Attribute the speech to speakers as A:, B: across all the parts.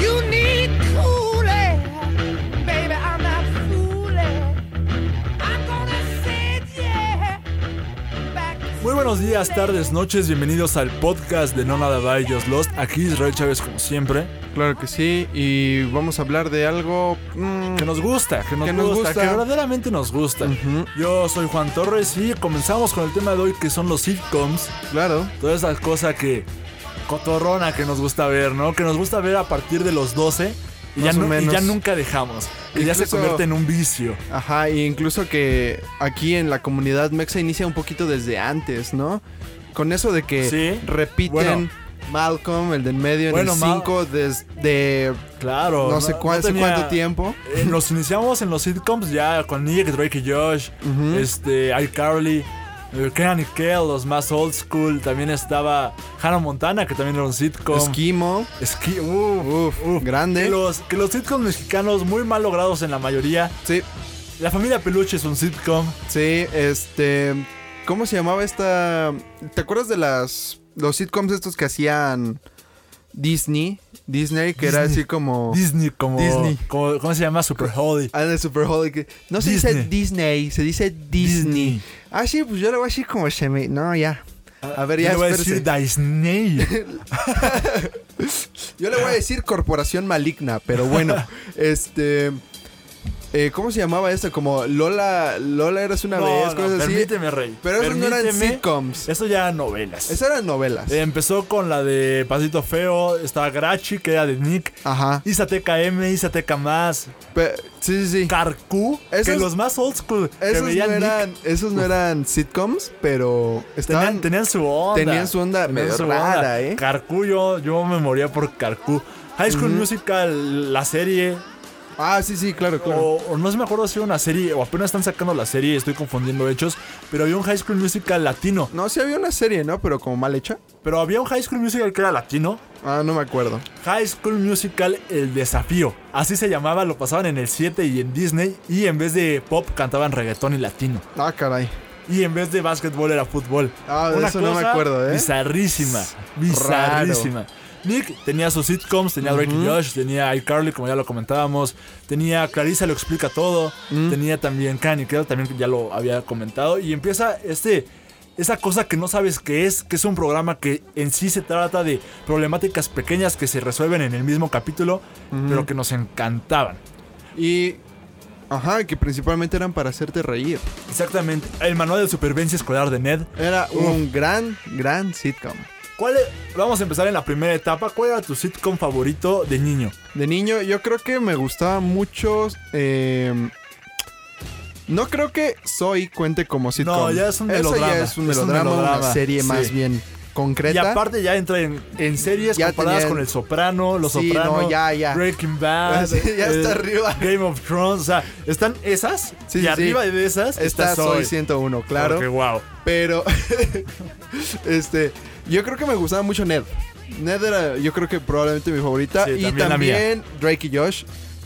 A: You need cool air, baby. I'm not fooling. I'm gonna say yeah. Back to
B: Muy buenos días,
A: school
B: tardes, noches, bienvenidos al podcast de No Nada by Just Lost. Aquí Israel Chávez como siempre.
C: Claro que sí, y vamos a hablar de algo... mm,
B: Que nos gusta, que nos,
C: Que nos
B: gusta,
C: gusta.
B: que verdaderamente nos gusta.
C: Ujú.
B: Yo soy Juan Torres y comenzamos con el tema de hoy que son los sitcoms.
C: Claro,
B: Toda esa cosa que cotorrona que nos gusta ver, ¿no? Que nos gusta ver a partir de los 12 y, ya,
C: Más o
B: nu- y
C: menos.
B: ya nunca dejamos. Que ya se
C: Incluso-
B: convierte en un vicio.
C: ajá, e incluso que aquí en la comunidad mexa inicia un poquito desde antes, ¿no? Con eso de que
B: Sí.
C: repiten
B: Bueno.
C: Malcolm, el de en medio,
B: Bueno,
C: en
B: Mal-
C: el 5, desde
B: Claro.
C: no sé cuán- hace
B: tenía-
C: cuánto tiempo.
B: Eh, nos iniciamos en los sitcoms ya con Nick, Drake y Josh,
C: Ujú.
B: este, iCarly, eh, Kenan y Kel, los más old school. También estaba Hannah Montana, que también era un sitcom.
C: Esquimo,
B: Esqui- uf,
C: Uf,
B: uf.
C: grande.
B: Que los, que los sitcoms mexicanos muy mal logrados en la mayoría.
C: sí,
B: La familia Peluche es un sitcom.
C: sí, este... ¿Cómo se llamaba esta...? ¿Te acuerdas de las... los sitcoms estos que hacían Disney? Disney, que era
B: Disney.
C: así como...
B: Disney como,
C: Disney.
B: como- ¿Cómo se llama? Super Holly.
C: Ah, de Superholic. No se
B: Disney.
C: dice Disney, se dice Disney. Ah, sí, pues yo lo voy así como se me... No, ya. A ver,
B: Yo
C: ya,
B: le voy a
C: espérese.
B: decir Disney.
C: Yo le voy a decir Corporación Maligna, pero bueno. este... eh, ¿Cómo se llamaba esto? Como Lola... Lola eras una
B: No,
C: vez,
B: no,
C: cosas así.
B: permíteme, Rey.
C: Pero esos no eran
B: Permíteme.
C: sitcoms.
B: Eso ya eran novelas.
C: Esas eran novelas.
B: Eh, Empezó con la de Pasito Feo, estaba Grachi, que era de Nick,
C: Ajá.
B: Isateca M, Isateca Más,
C: Pe- sí, sí, sí.
B: Carcú, que
C: Esos-
B: los más old school que
C: Esos no,
B: veían Nick
C: eran, esos no eran sitcoms, pero
B: tenían,
C: estaban...
B: tenían su onda.
C: tenían su onda medio rara, ¿eh?
B: Carcú, yo, yo me moría por Carcú. High School Musical, la serie,
C: Ah, sí, sí, claro, claro.
B: o, o no se me acuerdo si era una serie, o apenas están sacando la serie, estoy confundiendo hechos, pero había un High School Musical latino.
C: No, sí había una serie, ¿no? Pero como mal hecha.
B: Pero había un High School Musical que era latino,
C: Ah, no me acuerdo.
B: High School Musical El Desafío. Así se llamaba, lo pasaban en el 7 y en Disney. Y en vez de pop cantaban reggaetón y latino.
C: Ah, caray.
B: Y en vez de básquetbol era fútbol.
C: Ah, de eso no me acuerdo, ¿eh?
B: Bizarrísima. Bizarrísima. Nick tenía sus sitcoms, tenía Drake y Josh, tenía iCarly, como ya lo comentábamos, tenía Clarissa lo explica todo,
C: Mm.
B: tenía también Can y Kel, también que ya lo había comentado, y empieza este, esa cosa que no sabes qué es, que es un programa que en sí se trata de problemáticas pequeñas que se resuelven en el mismo capítulo, pero que nos encantaban.
C: Y... Ajá, que principalmente eran para hacerte reír.
B: Exactamente, el manual de supervivencia escolar de Ned,
C: Era un gran, gran sitcom.
B: ¿Cuál es- Vamos a empezar en la primera etapa. ¿Cuál era tu sitcom favorito de niño?
C: De niño, yo creo que me gustaba mucho... eh, No creo que Soy cuente como sitcom.
B: No, ya es un
C: Eso
B: melodrama,
C: ya es un
B: es un
C: melodrama,
B: melodrama,
C: una serie
B: sí.
C: más bien
B: Y
C: concreta.
B: aparte ya entra en, en series
C: Ya
B: comparadas
C: tenía-
B: con El Soprano, Los
C: Sí,
B: Soprano,
C: no, ya, ya.
B: Breaking Bad,
C: Sí, ya está
B: eh,
C: arriba.
B: Game of Thrones. O sea, están esas
C: Sí,
B: y
C: sí,
B: arriba
C: sí.
B: de esas
C: Está Soy 101, claro.
B: Porque, wow.
C: Pero, este, yo creo que me gustaba mucho Ned. Ned era, yo creo que probablemente mi favorita.
B: Sí,
C: y
B: también la
C: también,
B: mía.
C: Drake y Josh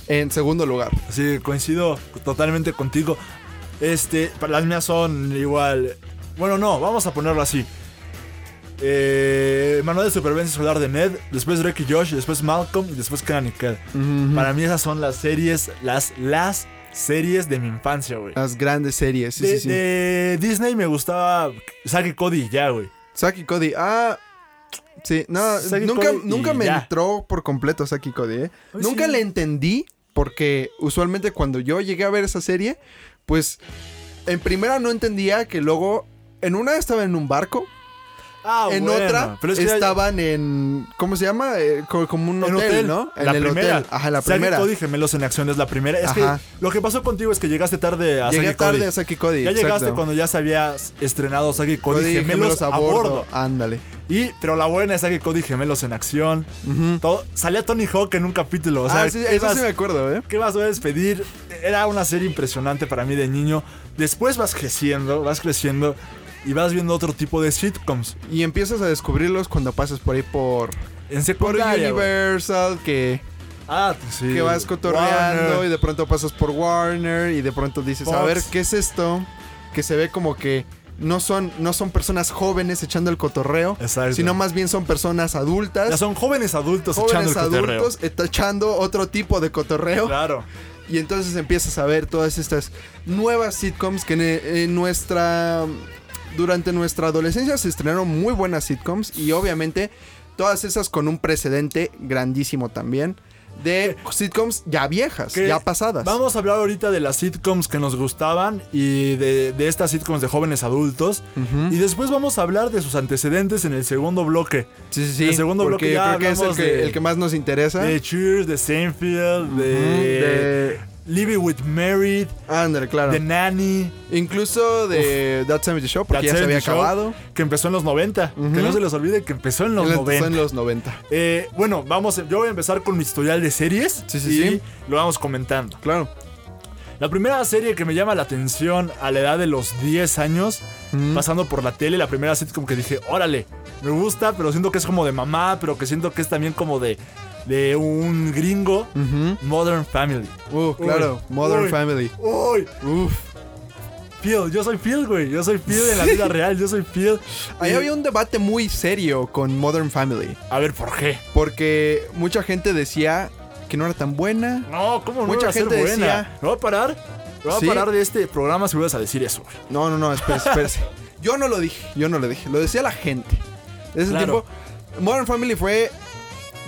C: en segundo lugar.
B: Sí, coincido totalmente contigo. Este, para- las mías son igual. Bueno, no, vamos a ponerlo así. Eh, Manual de Supervivencia Escolar de Ned, después Drake y Josh, después Malcolm y después Kenan y Kel. Para mí esas son las series, las, las series de mi infancia, güey.
C: Las grandes series, Ah, sí,
B: de,
C: sí, sí.
B: de Disney me gustaba Zack y Cody y ya, güey.
C: Saki Cody, ah... Sí, no,
B: Saki
C: nunca,
B: Cody y
C: nunca me
B: ya.
C: entró por completo Saki Cody, ¿eh?
B: Ay,
C: nunca
B: sí.
C: le entendí porque usualmente cuando yo llegué a ver esa serie, pues en primera no entendía que luego... En una estaba en un barco,
B: Ah,
C: en
B: bueno,
C: otra
B: pero es que ya-
C: estaban en. ¿cómo se llama? Eh, co- como un hotel,
B: en hotel,
C: ¿no? En
B: la
C: el
B: primera.
C: hotel. Ajá, la
B: Zack y
C: primera.
B: Cody Gemelos en Acción es la primera. Es
C: Ajá.
B: que lo que pasó contigo es que llegaste tarde a
C: Llegué
B: Zack y
C: tarde
B: Cody.
C: a Saki Cody.
B: Ya llegaste
C: exacto.
B: cuando ya se había estrenado Zack y Cody,
C: Cody y
B: Gemelos, a bordo.
C: Ándale.
B: Y, pero la buena es Zack y Cody Gemelos en acción.
C: Ujú.
B: Todo- salía Tony Hawk en un capítulo. O sea,
C: ah, sí,
B: ¿qué,
C: eso
B: más,
C: sí me acuerdo, ¿eh?
B: qué más voy a despedir? Era una serie impresionante para mí de niño. Después vas creciendo, vas creciendo y vas viendo otro tipo de sitcoms.
C: Y empiezas a descubrirlos cuando pasas por ahí por.
B: En
C: Por
B: secundaria. güey.
C: Universal, que.
B: Ah, sí.
C: que vas cotorreando
B: Warner.
C: y de pronto pasas por Warner y de pronto dices, a
B: Fox.
C: ver, ¿qué es esto? Que se ve como que no son, no son personas jóvenes echando el cotorreo,
B: Exacto.
C: sino más bien son personas adultas.
B: Ya son jóvenes adultos
C: jóvenes
B: echando el cotorreo.
C: adultos está echando otro tipo de cotorreo
B: Claro.
C: y entonces empiezas a ver todas estas nuevas sitcoms que en, eh, en nuestra durante nuestra adolescencia se estrenaron muy buenas sitcoms y obviamente todas esas con un precedente grandísimo también de sitcoms ya viejas,
B: Que
C: ya pasadas.
B: Vamos a hablar ahorita de las sitcoms que nos gustaban y de, de estas sitcoms de jóvenes adultos. Y después vamos a hablar de sus antecedentes en el segundo bloque.
C: Sí, sí, sí.
B: El segundo bloque
C: porque
B: ya
C: creo que es el
B: hablamos
C: que,
B: de-
C: el que más nos interesa.
B: De Cheers, de Seinfeld, de,
C: de-
B: Living with Married,
C: André, claro.
B: de Nanny.
C: Incluso de That 70 Show, porque
B: That
C: ya se
B: 70
C: había
B: Show,
C: acabado.
B: Que empezó en los 90. Que no se les olvide que empezó en los
C: Él empezó
B: 90.
C: en los 90.
B: Eh, bueno, vamos, yo voy a empezar con mi historial de series.
C: Sí, sí,
B: y
C: sí.
B: Lo vamos comentando.
C: Claro.
B: La primera serie que me llama la atención a la edad de los 10 años, pasando por la tele, la primera sitcom que dije, órale, me gusta, pero siento que es como de mamá, pero que siento que es también como de, de un gringo, Modern Family.
C: Uh, claro.
B: Uy,
C: Modern
B: uy,
C: Family.
B: Uy,
C: Uf.
B: Phil, yo soy Phil, güey, yo soy Phil en la vida real, yo soy Phil.
C: Ahí
B: Y-
C: había un debate muy serio con Modern Family.
B: A ver, ¿por qué?
C: Porque mucha gente decía que no era tan buena.
B: No, ¿cómo no
C: Mucha
B: iba a ser
C: gente
B: buena?
C: decía-
B: ¿Me voy a parar? Me voy
C: Sí.
B: a parar de este programa si vuelves a decir eso, güey.
C: No, no, no, espérese, espérese. Yo no lo dije, yo no lo dije. Lo decía la gente. De ese
B: Claro.
C: tiempo, Modern Family fue.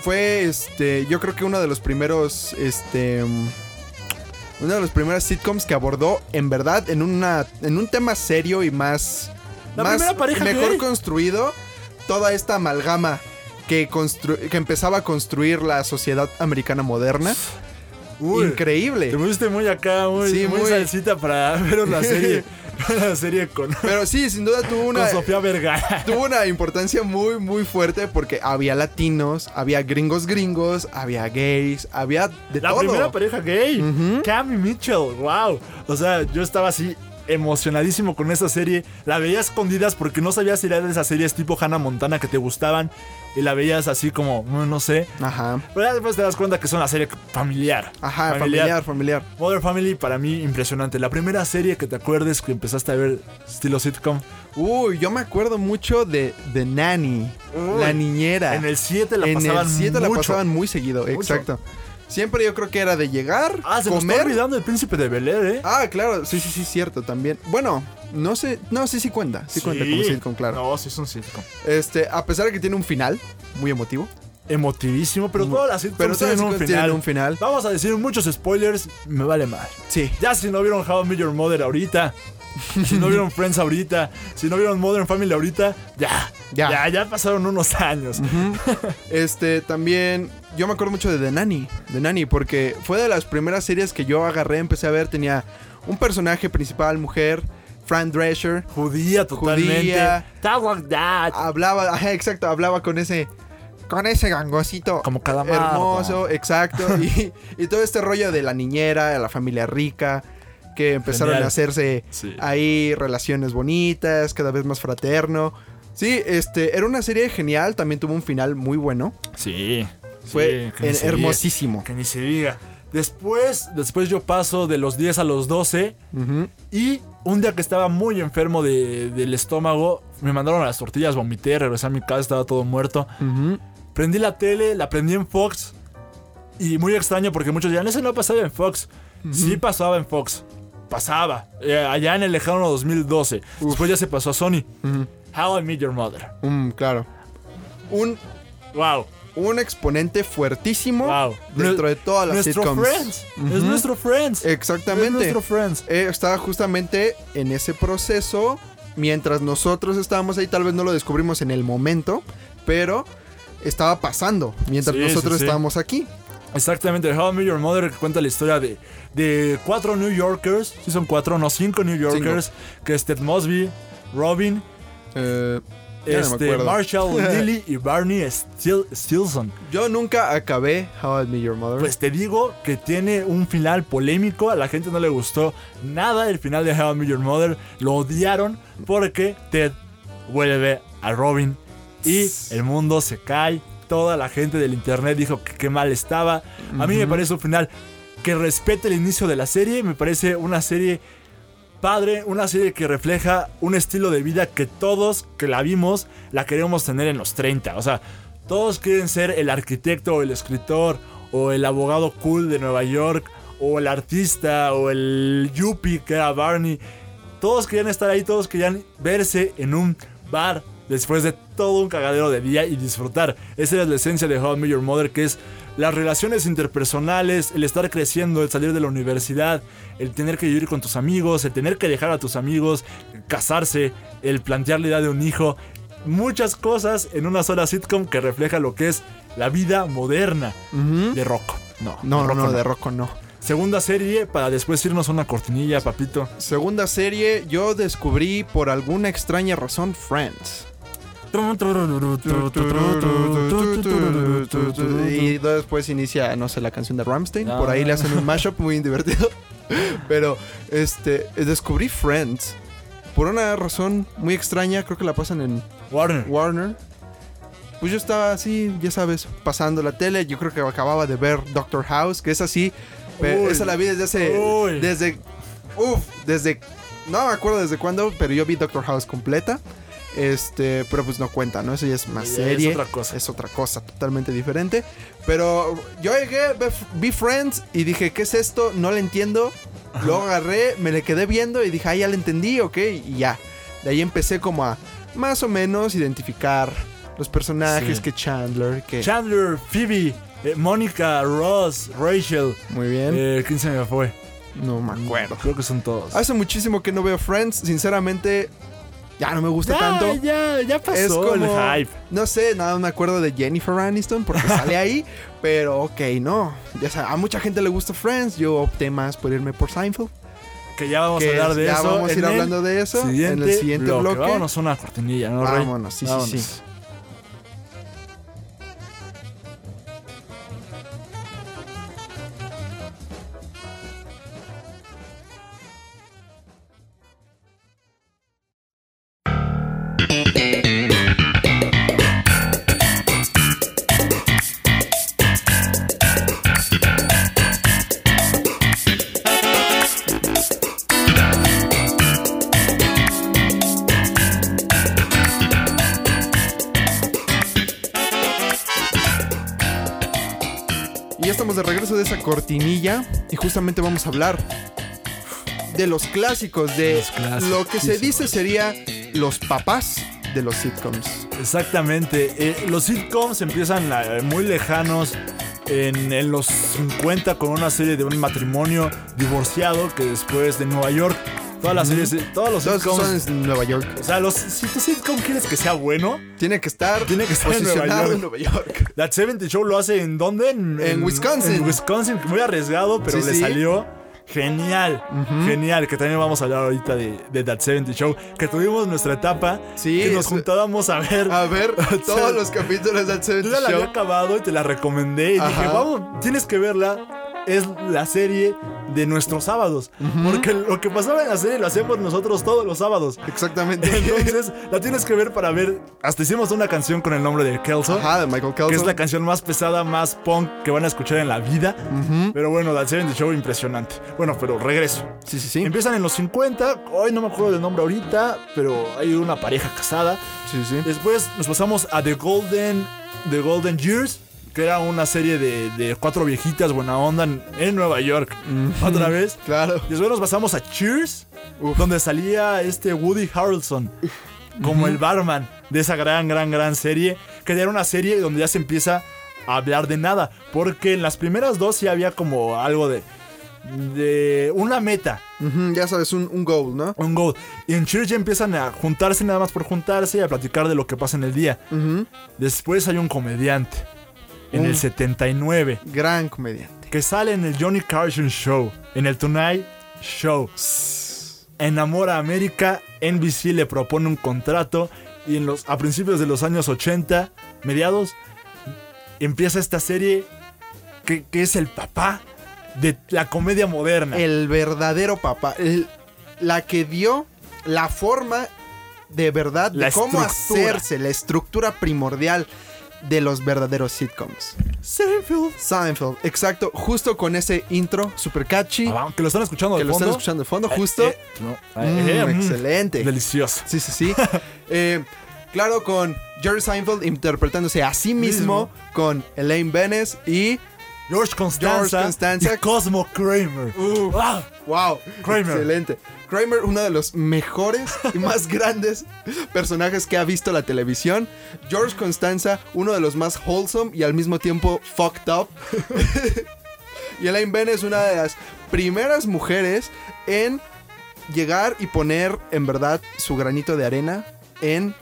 C: Fue este. Yo creo que uno de los primeros. Este. mm, Uno de los primeros sitcoms que abordó, en verdad, en una. En un tema serio y más.
B: La
C: más
B: primera pareja que
C: mejor
B: hay.
C: construido. Toda esta amalgama que, constru- que empezaba a construir la sociedad americana moderna.
B: Uy.
C: Increíble.
B: Te pusiste muy acá, muy,
C: Eh. Sí,
B: muy,
C: muy-
B: salsita para ver una serie. una serie con,
C: Pero sí, sin duda tuvo
B: con
C: una.
B: Sofía Vergara.
C: tuvo una importancia muy, muy fuerte porque había latinos, había gringos gringos, había gays, había de
B: La
C: todo.
B: primera pareja gay. Cami Mitchell. Wow. O sea, yo estaba así emocionadísimo con esa serie. La veía a escondidas porque no sabía si era de esas series tipo Hannah Montana que te gustaban. Y la veías así como, mm, no sé.
C: Ajá.
B: Pero ya después te das cuenta que es una serie familiar.
C: Ajá, familiar, familiar.
B: Modern Family para mí impresionante. La primera serie que te acuerdes que empezaste a ver estilo sitcom.
C: Uy, yo me acuerdo mucho de The Nanny,
B: Uy.
C: la niñera.
B: En el 7 la
C: Ah, En el
B: pasaban
C: siete la
B: mucho.
C: pasaban muy seguido, exacto. Siempre yo creo que era de llegar,
B: Ah, se me está
C: comer.
B: olvidando el príncipe de Bel Air, ¿eh?
C: Ah, claro, sí, sí, sí, cierto también. Bueno, no sé, no, sí, sí cuenta, sí, cuenta como sitcom, claro.
B: No, sí es un sitcom.
C: Este, a pesar de que tiene un final muy emotivo.
B: Emotivísimo, pero todas las sitcoms
C: Pero todas
B: tienen,
C: las
B: un
C: sitcoms
B: final.
C: tienen un final.
B: Vamos a decir muchos spoilers, me vale mal.
C: Sí.
B: Ya si no vieron How I Met Your Mother ahorita, si no vieron Friends ahorita, si no vieron Modern Family ahorita, ya.
C: Ya.
B: Ya, ya, pasaron unos años.
C: Este, también, yo me acuerdo mucho de The Nanny, The Nanny, porque fue de las primeras series que yo agarré, empecé a ver, tenía un personaje principal, mujer, Fran Drescher,
B: Judía totalmente.
C: Judía.
B: Talk like that.
C: hablaba, ajá, exacto, hablaba con ese, con ese gangosito.
B: Como calamardo.
C: Hermoso, exacto, y, y todo este rollo de la niñera, de la familia rica, que empezaron
B: Genial.
C: a hacerse
B: Sí.
C: ahí relaciones bonitas, cada vez más fraterno. Sí, este, era una serie genial, también tuvo un final muy bueno.
B: Sí.
C: Fue
B: sí, que ni
C: eh,
B: se diga.
C: hermosísimo.
B: Que ni se diga. Después, después yo paso de los 10 a los 12.
C: Ujú.
B: Y un día que estaba muy enfermo de- del estómago, me mandaron a las tortillas, vomité, regresé a mi casa, estaba todo muerto. Prendí la tele, la prendí en Fox. Y muy extraño porque muchos dirán, eso no pasaba en Fox. Sí pasaba en Fox. Pasaba. Eh, allá en el lejano 2012. Después ya se pasó a Sony. How I Met Your Mother.
C: Mm, claro. Un,
B: Wow.
C: un exponente fuertísimo
B: Wow.
C: dentro de todas las
B: nuestro
C: sitcoms.
B: Friends. Es nuestro Friends. Es
C: Exactamente.
B: nuestro Friends.
C: Eh, estaba justamente en ese proceso. Mientras nosotros estábamos ahí, tal vez no lo descubrimos en el momento, pero estaba pasando mientras
B: Sí,
C: nosotros
B: sí, sí.
C: estábamos aquí.
B: Exactamente, How I Met Your Mother que cuenta la historia de, de cuatro New Yorkers, si son cuatro, no cinco New Yorkers, que es Ted Mosby, Robin,
C: Eh, ya no me
B: este,
C: acuerdo.
B: Marshall, Lily y Barney Stil- Stilson.
C: Yo nunca acabé How I Met Your Mother.
B: Pues te digo que tiene un final polémico, a la gente no le gustó nada el final de How I Met Your Mother, lo odiaron porque Ted vuelve a Robin y el mundo se cae toda la gente del internet dijo que qué mal estaba. A mí me parece un final que respete el inicio de la serie. Me parece una serie padre, una serie que refleja un estilo de vida que todos que la vimos la queremos tener en los 30. O sea, todos quieren ser el arquitecto o el escritor o el abogado cool de Nueva York o el artista o el yuppie que era Barney. Todos querían estar ahí, todos querían verse en un bar después de todo un cagadero de día y disfrutar. Esa es la esencia de How I Met Your Mother, que es las relaciones interpersonales, el estar creciendo, el salir de la universidad, el tener que vivir con tus amigos, el tener que dejar a tus amigos, casarse, el plantear la idea de un hijo. Muchas cosas en una sola sitcom que refleja lo que es la vida moderna
C: Ujú.
B: de Rocco. No, de
C: No, no,
B: Rocco
C: no, de Rocco no.
B: Segunda serie para después irnos a una cortinilla, papito.
C: Segunda serie, yo descubrí por alguna extraña razón Friends. Y después inicia, no sé, la canción de Ramstein. Por ahí le hacen un mashup muy divertido. Pero este descubrí Friends por una razón muy extraña. Creo que la pasan en
B: Warner.
C: Warner. Pues yo estaba así, ya sabes, pasando la tele. Yo creo que acababa de ver Doctor House, que es así. Pero
B: Uy.
C: esa la vi desde hace.
B: Uy.
C: Desde. Uf, desde. No me acuerdo desde cuándo, pero yo vi Doctor House completa. Este, pero pues no cuenta, ¿no? Eso ya es más
B: Ya es
C: serie.
B: otra cosa.
C: Es otra cosa totalmente diferente. Pero yo llegué, ve- vi Friends y dije, ¿qué es esto? No le entiendo. Lo agarré, me le quedé viendo y dije, ah, ya le entendí, ok, y ya. De ahí empecé como a más o menos identificar los personajes
B: Sí.
C: que Chandler, que...
B: Chandler, Phoebe, eh, Mónica, Ross, Rachel.
C: Muy bien.
B: Eh, ¿Quién se me fue?
C: no me acuerdo.
B: Creo que son todos.
C: Hace muchísimo que no veo Friends, sinceramente, ya no me gusta
B: Ya,
C: tanto.
B: ya, ya pasó
C: Es como,
B: el hype.
C: no sé, nada me acuerdo de Jennifer Aniston porque sale ahí, pero ok, no. Ya sabes, a mucha gente le gusta Friends, yo opté más por irme por Seinfeld.
B: Que ya vamos a
C: que
B: hablar de
C: ya
B: eso.
C: vamos a ir
B: en el
C: hablando de eso en el siguiente bloque.
B: Vámonos a una cortinilla, ¿no, Rey?
C: Vámonos, sí, sí, sí. Y ya estamos de regreso de esa cortinilla y justamente vamos a hablar de los clásicos, de
B: Los clásicos.
C: lo que se dice sería los papás de los sitcoms.
B: Exactamente. Eh, los sitcoms empiezan la- muy lejanos en, en los 50 con una serie de un matrimonio divorciado que después de Nueva York. Todas las series, eh, todos los
C: Todos
B: sitcoms.
C: son en Nueva York.
B: O sea, los, si tu sitcom quieres que sea bueno,
C: Tiene que estar,
B: Tiene que estar en Nueva
C: posicionado
B: York.
C: en Nueva York.
B: That 70 Show lo hace en dónde? En,
C: En Wisconsin.
B: En Wisconsin, muy arriesgado, pero
C: Sí,
B: le
C: sí.
B: salió genial. Genial, que también vamos a hablar ahorita de, de That 70 Show, que tuvimos nuestra etapa,
C: Sí,
B: que nos
C: es-
B: juntábamos a ver.
C: A ver,
B: O sea,
C: todos los capítulos del
B: Yo
C: 70
B: ya la había
C: Show.
B: acabado y te la recomendé y dije,
C: Ajá.
B: vamos, tienes que verla. Es la serie de nuestros sábados, porque lo que pasaba en la serie lo hacemos nosotros todos los sábados.
C: Exactamente.
B: Entonces, la tienes que ver para ver. Hasta hicimos una canción con el nombre de Kelso.
C: Ajá, de Michael Kelso.
B: Que es la canción más pesada, más punk que van a escuchar en la vida. Pero bueno, la serie de show impresionante. Bueno, pero regreso.
C: Sí, sí, sí.
B: Empiezan en los 50, hoy no me acuerdo del nombre ahorita, pero hay una pareja casada.
C: Sí, sí.
B: Después nos pasamos a The Golden, The Golden Years, que era una serie de, de cuatro viejitas buena onda en, en Nueva York. Otra vez.
C: Claro.
B: Después nos pasamos a Cheers,
C: Uf.
B: donde salía este Woody Harrelson como el barman de esa gran, gran, gran serie, que era una serie donde ya se empieza a hablar de nada, porque en las primeras dos sí había como algo de, de una meta,
C: Ujú, ya sabes, un, un goal, ¿no?
B: un goal. Y en Cheers ya empiezan a juntarse nada más por juntarse y a platicar de lo que pasa en el día.
C: Ujú. Oh.
B: Después hay un comediante en
C: Un-
B: el 79
C: Gran comediante.
B: que sale en el Johnny Carson Show, en el Tonight Show. Enamora a América, NBC le propone un contrato y en los, a principios de los años 80, mediados, empieza esta serie que, que es el papá de la comedia moderna.
C: El verdadero papá. el- la que dio la forma de verdad de
B: La
C: cómo
B: estructura.
C: hacerse, la estructura primordial de los verdaderos sitcoms.
B: Seinfeld.
C: Seinfeld, exacto, justo con ese intro super catchy
B: Ah, que lo están escuchando
C: que
B: de
C: lo están
B: fondo.
C: escuchando de fondo justo.
B: Eh, no.
C: Mm,
B: Eh, mm.
C: excelente.
B: Delicioso.
C: Sí, sí, sí. Eh, claro, con Jerry Seinfeld interpretándose a sí mismo, con Elaine Benes y.
B: George Constanza,
C: George Constanza.
B: y Cosmo Kramer.
C: Uh,
B: Ah,
C: ¡Wow!
B: Kramer.
C: Excelente. Kramer, uno de los mejores y más grandes personajes que ha visto la televisión. George Constanza, uno de los más wholesome y al mismo tiempo fucked up. y Elaine Benes, una de las primeras mujeres en llegar y poner en verdad su granito de arena en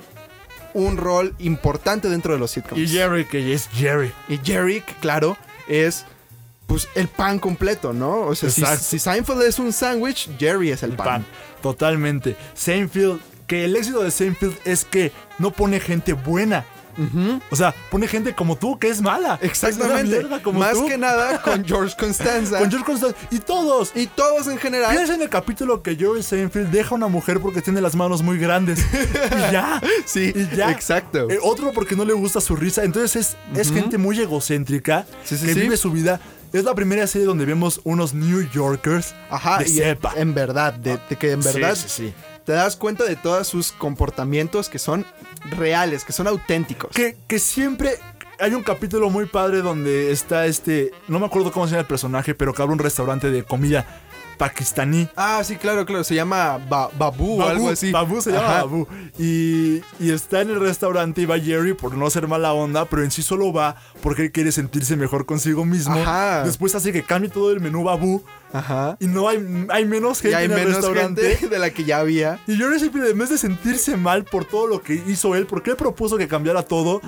C: un rol importante dentro de los sitcoms.
B: Y Jerry, que es Jerry.
C: Y Jerry, claro, es pues el pan completo, ¿no? O sea, si,
B: Exacto.
C: si Seinfeld es un sándwich, Jerry es el,
B: El
C: pan.
B: pan. Totalmente. Seinfeld, que el éxito de Seinfeld es que no pone gente buena. O sea, pone gente como tú, que es mala. Es una
C: Exactamente.
B: mierda como
C: Más
B: tú.
C: que nada con George Constanza.
B: Con George Constanza. Y todos.
C: y todos en general.
B: Piensa en el capítulo que Joey Seinfeld deja a una mujer porque tiene las manos muy grandes. y ya.
C: Sí,
B: y ya.
C: exacto.
B: Eh, otro porque no le gusta su risa. Entonces es, es gente muy egocéntrica
C: Sí, sí,
B: que
C: sí.
B: vive su vida. Es la primera serie donde vemos unos New Yorkers
C: Ajá,
B: de
C: y eh,
B: cepa.
C: en verdad, de, de que en
B: Sí,
C: verdad
B: sí, sí.
C: te das cuenta de todos sus comportamientos que son reales, que son auténticos.
B: Que, que siempre hay un capítulo muy padre donde está este. No me acuerdo cómo se llama el personaje, pero que abre un restaurante de comida pakistaní.
C: Ah, sí, claro, claro. Se llama Ba- Babu, o
B: Babu,
C: algo así.
B: Babu se llama
C: Ajá.
B: Babu. Y, y está en el restaurante y va Jerry por no ser mala onda, pero en sí solo va porque él quiere sentirse mejor consigo mismo.
C: Ajá.
B: Después hace que cambie todo el menú Babu
C: Ajá.
B: y no hay, hay menos
C: Y
B: gente
C: hay
B: en el
C: menos
B: restaurante.
C: gente de la que ya había.
B: Y Jerry siempre, en vez de sentirse mal por todo lo que hizo él, porque él propuso que cambiara todo,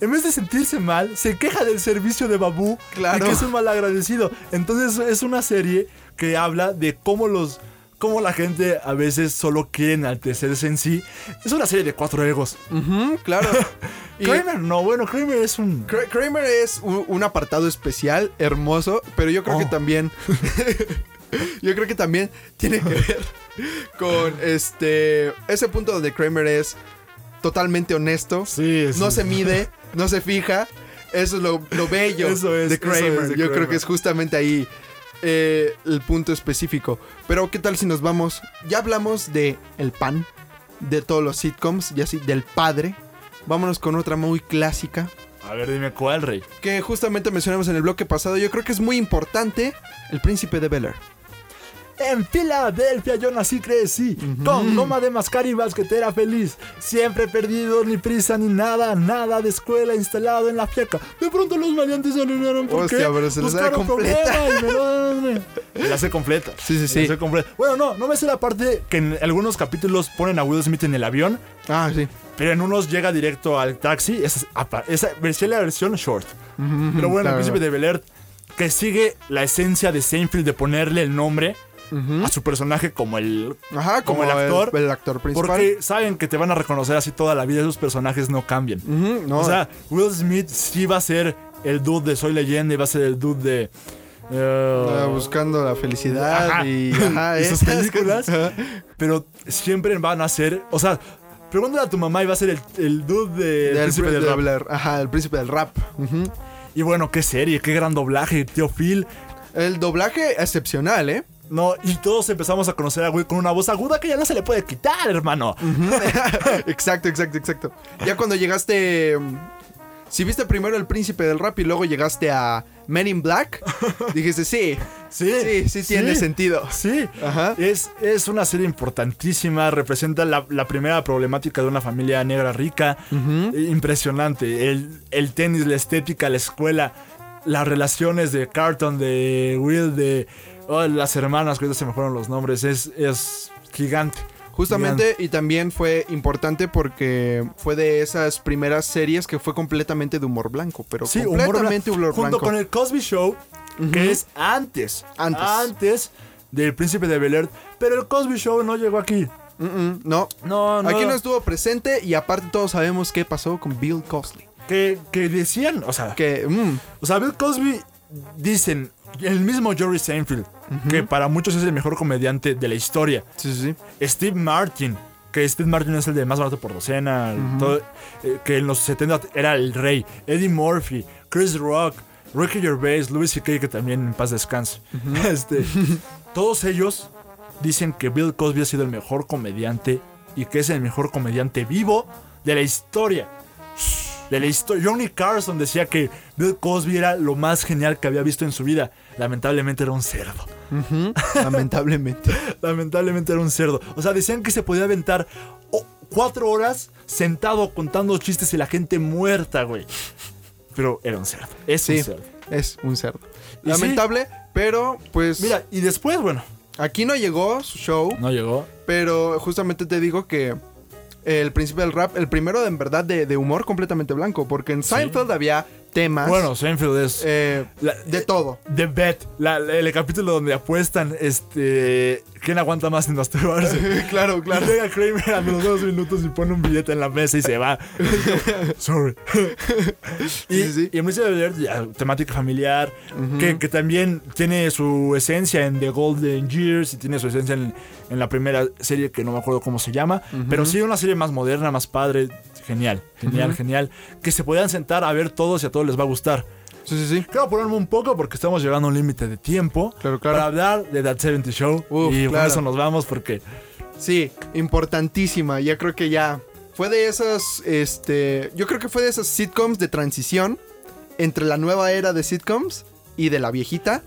B: en vez de sentirse mal, se queja del servicio de Babu
C: Claro.
B: y que es un malagradecido. Entonces es una serie que habla de cómo los... Cómo la gente a veces solo quiere enaltecerse en sí. Es una serie de cuatro egos.
C: Ujú, claro. Y-
B: Kramer, no, bueno, Kramer es un...
C: Kra- Kramer es un, un apartado especial, hermoso, pero yo creo que
B: Oh.
C: también. yo creo que también tiene que ver con este. Ese punto donde Kramer es totalmente honesto.
B: Sí, sí.
C: No se mide, no se fija. Eso es lo, lo bello
B: Eso es,
C: de
B: eso
C: Kramer.
B: es de
C: yo creo
B: Kramer.
C: que es justamente ahí eh, el punto específico. Pero, ¿qué tal si nos vamos? Ya hablamos de el pan, de todos los sitcoms, y así, del padre. Vámonos con otra muy clásica
B: A ver, dime cuál, Rey.
C: que justamente mencionamos en el bloque pasado, yo creo que es muy importante, el príncipe de Bel Air.
B: En Filadelfia yo nací, crecí, con goma de mascar y basquetera feliz. Siempre perdido, ni prisa, ni nada, nada de escuela instalado en la fieca. De pronto los maleantes se alinearon porque
C: Hostia, pero se les da
B: buscaron
C: completa.
B: problema y me eh. lo- Me la sé completa.
C: Sí, sí,
B: Me la
C: sí.
B: sé completa. Bueno, no, no me sé la parte que en algunos capítulos ponen a Will Smith en el avión,
C: Ah, sí.
B: pero en unos llega directo al taxi. Esa es apa- esa versión la versión short. Pero bueno,
C: claro.
B: el príncipe de Bel Air que sigue la esencia de Seinfeld de ponerle el nombre a su personaje como el
C: Ajá, como, el actor. El, actor principal.
B: porque saben que te van a reconocer así toda la vida, esos personajes no cambian.
C: Ujú, no.
B: O sea, Will Smith sí va a ser el dude de Soy Leyenda y va a ser el dude de... eh,
C: Ah, buscando la felicidad
B: Ajá.
C: y, ajá,
B: Y sus
C: esas
B: películas.
C: cosas.
B: pero siempre van a ser... O sea, pregúntale a tu mamá y va a ser el, el dude de
C: Del
B: Príncipe del
C: de
B: Rap.
C: Bel Air. Ajá, el príncipe del rap. Ujú.
B: Y bueno, qué serie, qué gran doblaje, tío Phil.
C: El doblaje excepcional, ¿eh?
B: No, y todos empezamos a conocer a Will con una voz aguda que ya no se le puede quitar, hermano.
C: exacto, exacto, exacto. Ya cuando llegaste. mm, Si viste primero el príncipe del rap y luego llegaste a Men in Black, dijiste, sí,
B: Sí,
C: sí, sí tiene sentido.
B: Sí,
C: Ajá.
B: Es, es una serie importantísima, representa la, la primera problemática de una familia negra rica, Eh, impresionante, el, el tenis, la estética, la escuela, las relaciones de Carton, de Will, de oh, las hermanas, que ahorita se me fueron los nombres, es, es gigante.
C: Justamente, y también fue importante porque fue de esas primeras series que fue completamente de humor blanco, pero
B: Sí, humor
C: completamente
B: blan-
C: humor,
B: Junto
C: blanco.
B: con el Cosby Show, que es antes.
C: Antes.
B: Antes del Príncipe de Bel Air. Pero el Cosby Show no llegó aquí.
C: Mm, mm, no.
B: No, no.
C: Aquí no estuvo presente y aparte todos sabemos qué pasó con Bill Cosby.
B: Que, que decían, o sea,
C: Que, mm,
B: o sea, Bill Cosby, dicen, el mismo Jerry Seinfeld, que para muchos es el mejor comediante de la historia.
C: sí, sí, sí.
B: Steve Martin, que Steve Martin es el de más barato por docena, todo- eh, que en los 70 era el rey, Eddie Murphy, Chris Rock, Ricky Gervais, Louis C.K., que también en paz descanse. Este, todos ellos dicen que Bill Cosby ha sido el mejor comediante y que es el mejor comediante vivo de la historia. De la historia. Johnny Carson decía que Bill Cosby era lo más genial que había visto en su vida. Lamentablemente era un cerdo.
C: Ujú, Lamentablemente.
B: Lamentablemente era un cerdo. O sea, decían que se podía aventar oh, cuatro horas sentado contando chistes y la gente muerta, güey. Pero era un cerdo. Es
C: Sí,
B: un cerdo.
C: es un cerdo.
B: Y
C: Lamentable, pero pues
B: Mira, y después, bueno,
C: aquí no llegó su show,
B: no llegó.
C: pero justamente te digo que el principio del rap, el primero de, en verdad de, de humor completamente blanco, porque en Seinfeld había temas
B: Bueno, Seinfeld es.
C: Ah, eh,
B: la-
C: de todo.
B: The Bet, la- la- el capítulo donde apuestan, este, quién aguanta más sin masturbarse.
C: claro,
B: Claro. Llega Kramer a los dos minutos y pone un billete en la mesa y se va. Sorry. y,
C: Sí, sí.
B: y en principio de Ayer, ya, temática familiar, que, que también tiene su esencia en The Golden Years y tiene su esencia en, en la primera serie que no me acuerdo cómo se llama, pero sí una serie más moderna, más padre, genial, genial, genial, que se puedan sentar a ver todos y a todos les va a gustar.
C: Sí, sí, sí.
B: Quiero ponerme un poco porque estamos llegando a un límite de tiempo
C: Claro, claro.
B: para hablar de That 70 Show.
C: Uf,
B: y
C: claro.
B: por eso nos vamos porque
C: Sí, importantísima. Ya creo que ya fue de esas, este, yo creo que fue de esas sitcoms de transición entre la nueva era de sitcoms y de la viejita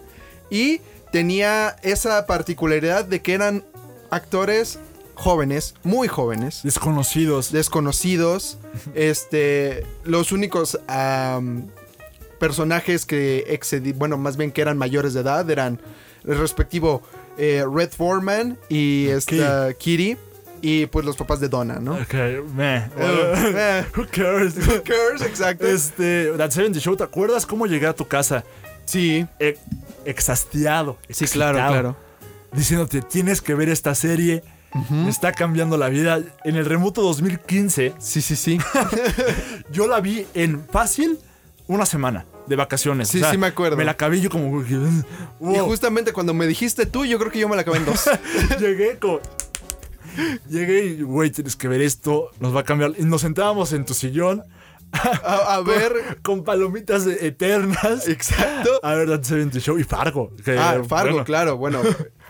C: y tenía esa particularidad de que eran actores jóvenes, muy jóvenes,
B: desconocidos.
C: desconocidos, este, los únicos am, personajes que excedí, bueno, más bien que eran mayores de edad eran el respectivo eh, Red Foreman y esta Kitty y pues los papás de Donna, ¿no?
B: Ok, meh.
C: Eh, eh,
B: Who cares?
C: who cares? exacto.
B: este, That 70 Show, ¿te acuerdas cómo llegué a tu casa?
C: sí,
B: E- exhastiado.
C: sí,
B: excitado,
C: claro, claro.
B: Diciéndote, tienes que ver esta serie. me Está cambiando la vida. En el remoto 2015,
C: Sí, sí, sí.
B: yo la vi en fácil una semana de vacaciones.
C: Sí, sí me acuerdo.
B: Me la acabé yo como...
C: Y
B: wow.
C: justamente cuando me dijiste tú, yo creo que yo me la acabé en dos.
B: Llegué como... Llegué y, güey, tienes que ver esto, nos va a cambiar. Y nos sentábamos en tu sillón
C: A, a ver,
B: con palomitas e- eternas.
C: exacto.
B: A ver, That 70 Show y Fargo. que,
C: Ah, Fargo,
B: Eh, bueno,
C: claro. Bueno,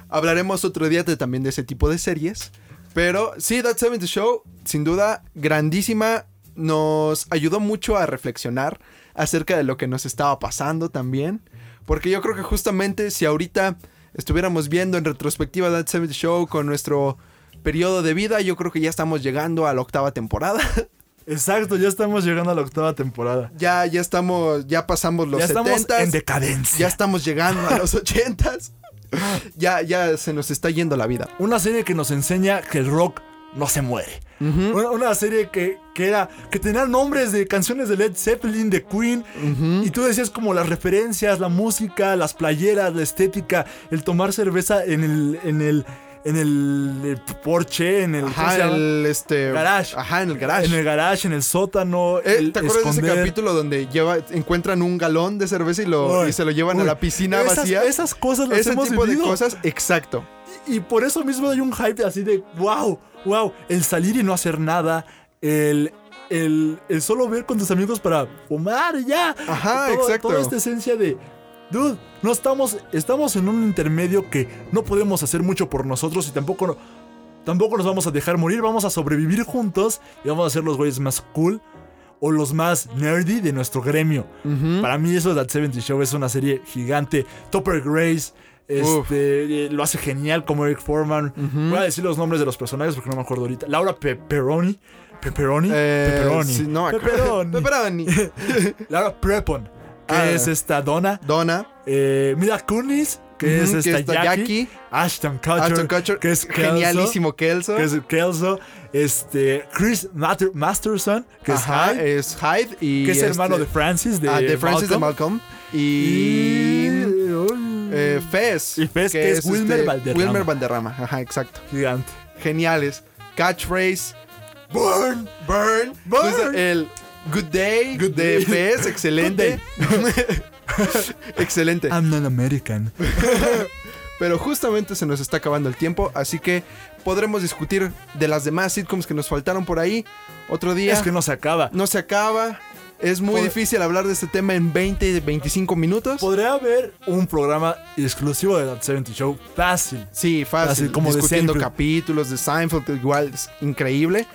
C: hablaremos otro día de- también de ese tipo de series. Pero sí, That 70 Show, sin duda, grandísima. Nos ayudó mucho a reflexionar acerca de lo que nos estaba pasando también. Porque yo creo que justamente si ahorita estuviéramos viendo en retrospectiva That 70 Show con nuestro periodo de vida, yo creo que ya estamos llegando a la octava temporada.
B: Exacto, ya estamos llegando a la octava temporada.
C: ya, ya estamos, ya pasamos los
B: ya estamos
C: 70s.
B: en decadencia.
C: Ya estamos llegando a los 80s. Ya, ya se nos está yendo la vida.
B: Una serie que nos enseña que el rock no se muere. una, una serie que, que era que tenía nombres de canciones de Led Zeppelin, de Queen, y tú decías como las referencias, la música, las playeras, la estética, el tomar cerveza en el en el en el eh, porche, en el, ¿cómo
C: Ajá,
B: se
C: en
B: llama?
C: el este,
B: Garage.
C: Ajá, en el garage.
B: en el garage, en el sótano,
C: Eh,
B: el
C: ¿Te acuerdas de
B: esconder.
C: ese capítulo donde lleva, encuentran un galón de cerveza y, lo,
B: Uy,
C: y se lo llevan a
B: uy,
C: la piscina
B: esas-
C: vacía?
B: Esas cosas las
C: Ese
B: hemos
C: tipo
B: vivido.
C: de cosas, exacto.
B: Y por eso mismo hay un hype así de wow, wow, el salir y no hacer nada, el, el, el solo ver con tus amigos para fumar y ya.
C: Ajá,
B: Todo-
C: exacto.
B: Toda esta esencia de, dude, no estamos, estamos en un intermedio que no podemos hacer mucho por nosotros y tampoco, no- tampoco nos vamos a dejar morir, vamos a sobrevivir juntos y vamos a ser los güeyes más cool. O los más nerdy de nuestro gremio. Para mí, eso de That 70 Show es una serie gigante. Topper Grace,
C: Uf.
B: este, eh, lo hace genial como Eric Foreman. Voy a decir los nombres de los personajes porque no me acuerdo ahorita. Laura Pepperoni. Pepperoni.
C: Eh,
B: Pepperoni.
C: sí, no, me acuerdo.
B: Pepperoni.
C: Pepperoni.
B: Laura Prepon, que
C: Ah.
B: es esta dona.
C: Donna.
B: Eh, Mila Kunis, que
C: Ujú,
B: es
C: que
B: esta
C: está
B: Jackie.
C: Jackie.
B: Ashton Kutcher.
C: Ashton Kutcher.
B: Que es Kelso,
C: genialísimo Kelso.
B: Que es Kelso. Este, Chris Mater- Masterson, que
C: Ajá,
B: es Hyde,
C: es Hyde y
B: que es
C: este-
B: hermano de Francis. De,
C: ah, de Francis de Malcolm. y... Eh, Fez. este
B: Y Fez, que es Wilmer Valderrama.
C: Wilmer Valderrama, ajá, exacto.
B: Gigante.
C: Geniales. Catchphrase.
B: Burn.
C: Burn.
B: Burn.
C: Justo el Good Day
B: Good
C: de
B: day.
C: Fez. Excelente. excelente.
B: Ah. I'm not American.
C: Pero justamente se nos está acabando el tiempo, así que podremos discutir de las demás sitcoms que nos faltaron por ahí otro día.
B: Es que no se acaba.
C: No se acaba. Es muy
B: Pod-
C: difícil hablar de este tema en 20 de 25 minutos.
B: Podría haber un programa exclusivo de That 70 Show fácil.
C: Sí, fácil.
B: Fácil, como de
C: discutiendo
B: siempre.
C: capítulos de Seinfeld, igual es increíble.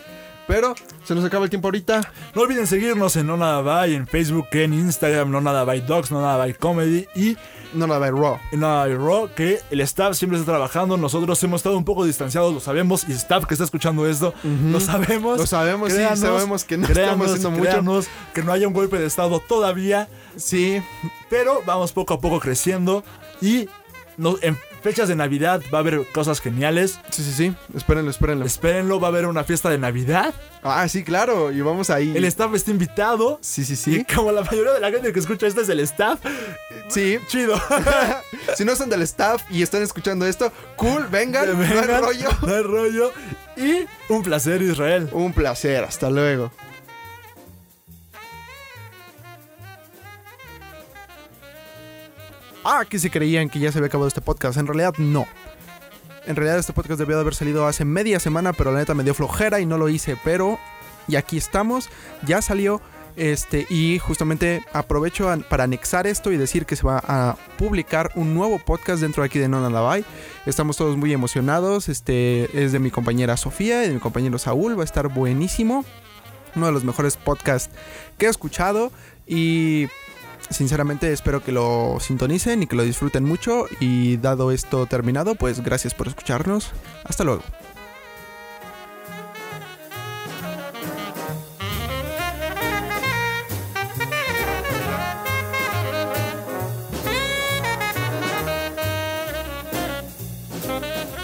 C: Pero se nos acaba el tiempo ahorita.
B: No olviden seguirnos en No Nada By, en Facebook, en Instagram, No Nada By Dogs, No Nada By Comedy y
C: No la ver Raw.
B: en Nada By Raw, que el staff siempre está trabajando. Nosotros hemos estado un poco distanciados, lo sabemos, y staff que está escuchando esto, lo sabemos.
C: Lo sabemos, sí,
B: Créanos,
C: sabemos que no estamos haciendo mucho.
B: créanos que no haya un golpe de estado todavía,
C: Sí,
B: pero vamos poco a poco creciendo y no- en fechas de Navidad va a haber cosas geniales.
C: sí, sí, sí. Espérenlo, espérenlo.
B: Espérenlo, va a haber una fiesta de Navidad.
C: Ah, sí, claro. Y vamos ahí.
B: El staff está invitado.
C: Sí, sí,
B: Y
C: sí.
B: como la mayoría de la gente que escucha esto es el staff,
C: Sí.
B: chido.
C: si no son del staff y están escuchando esto, cool, vengan, no hay
B: Vengan,
C: rollo.
B: no hay rollo. Y un placer, Israel.
C: Un placer, hasta luego. Ah, que se creían que ya se había acabado este podcast. En realidad, no. En realidad, este podcast debió de haber salido hace media semana, pero la neta me dio flojera y no lo hice. Pero, y aquí estamos, ya salió. Este, y justamente aprovecho an- para anexar esto y decir que se va a publicar un nuevo podcast dentro de aquí de Nona Lavai. Estamos todos muy emocionados. Este es de mi compañera Sofía y de mi compañero Saúl. Va a estar buenísimo. Uno de los mejores podcasts que he escuchado. Y sinceramente espero que lo sintonicen y que lo disfruten mucho. Y dado esto terminado, pues gracias por escucharnos. Hasta luego.
A: Thank you.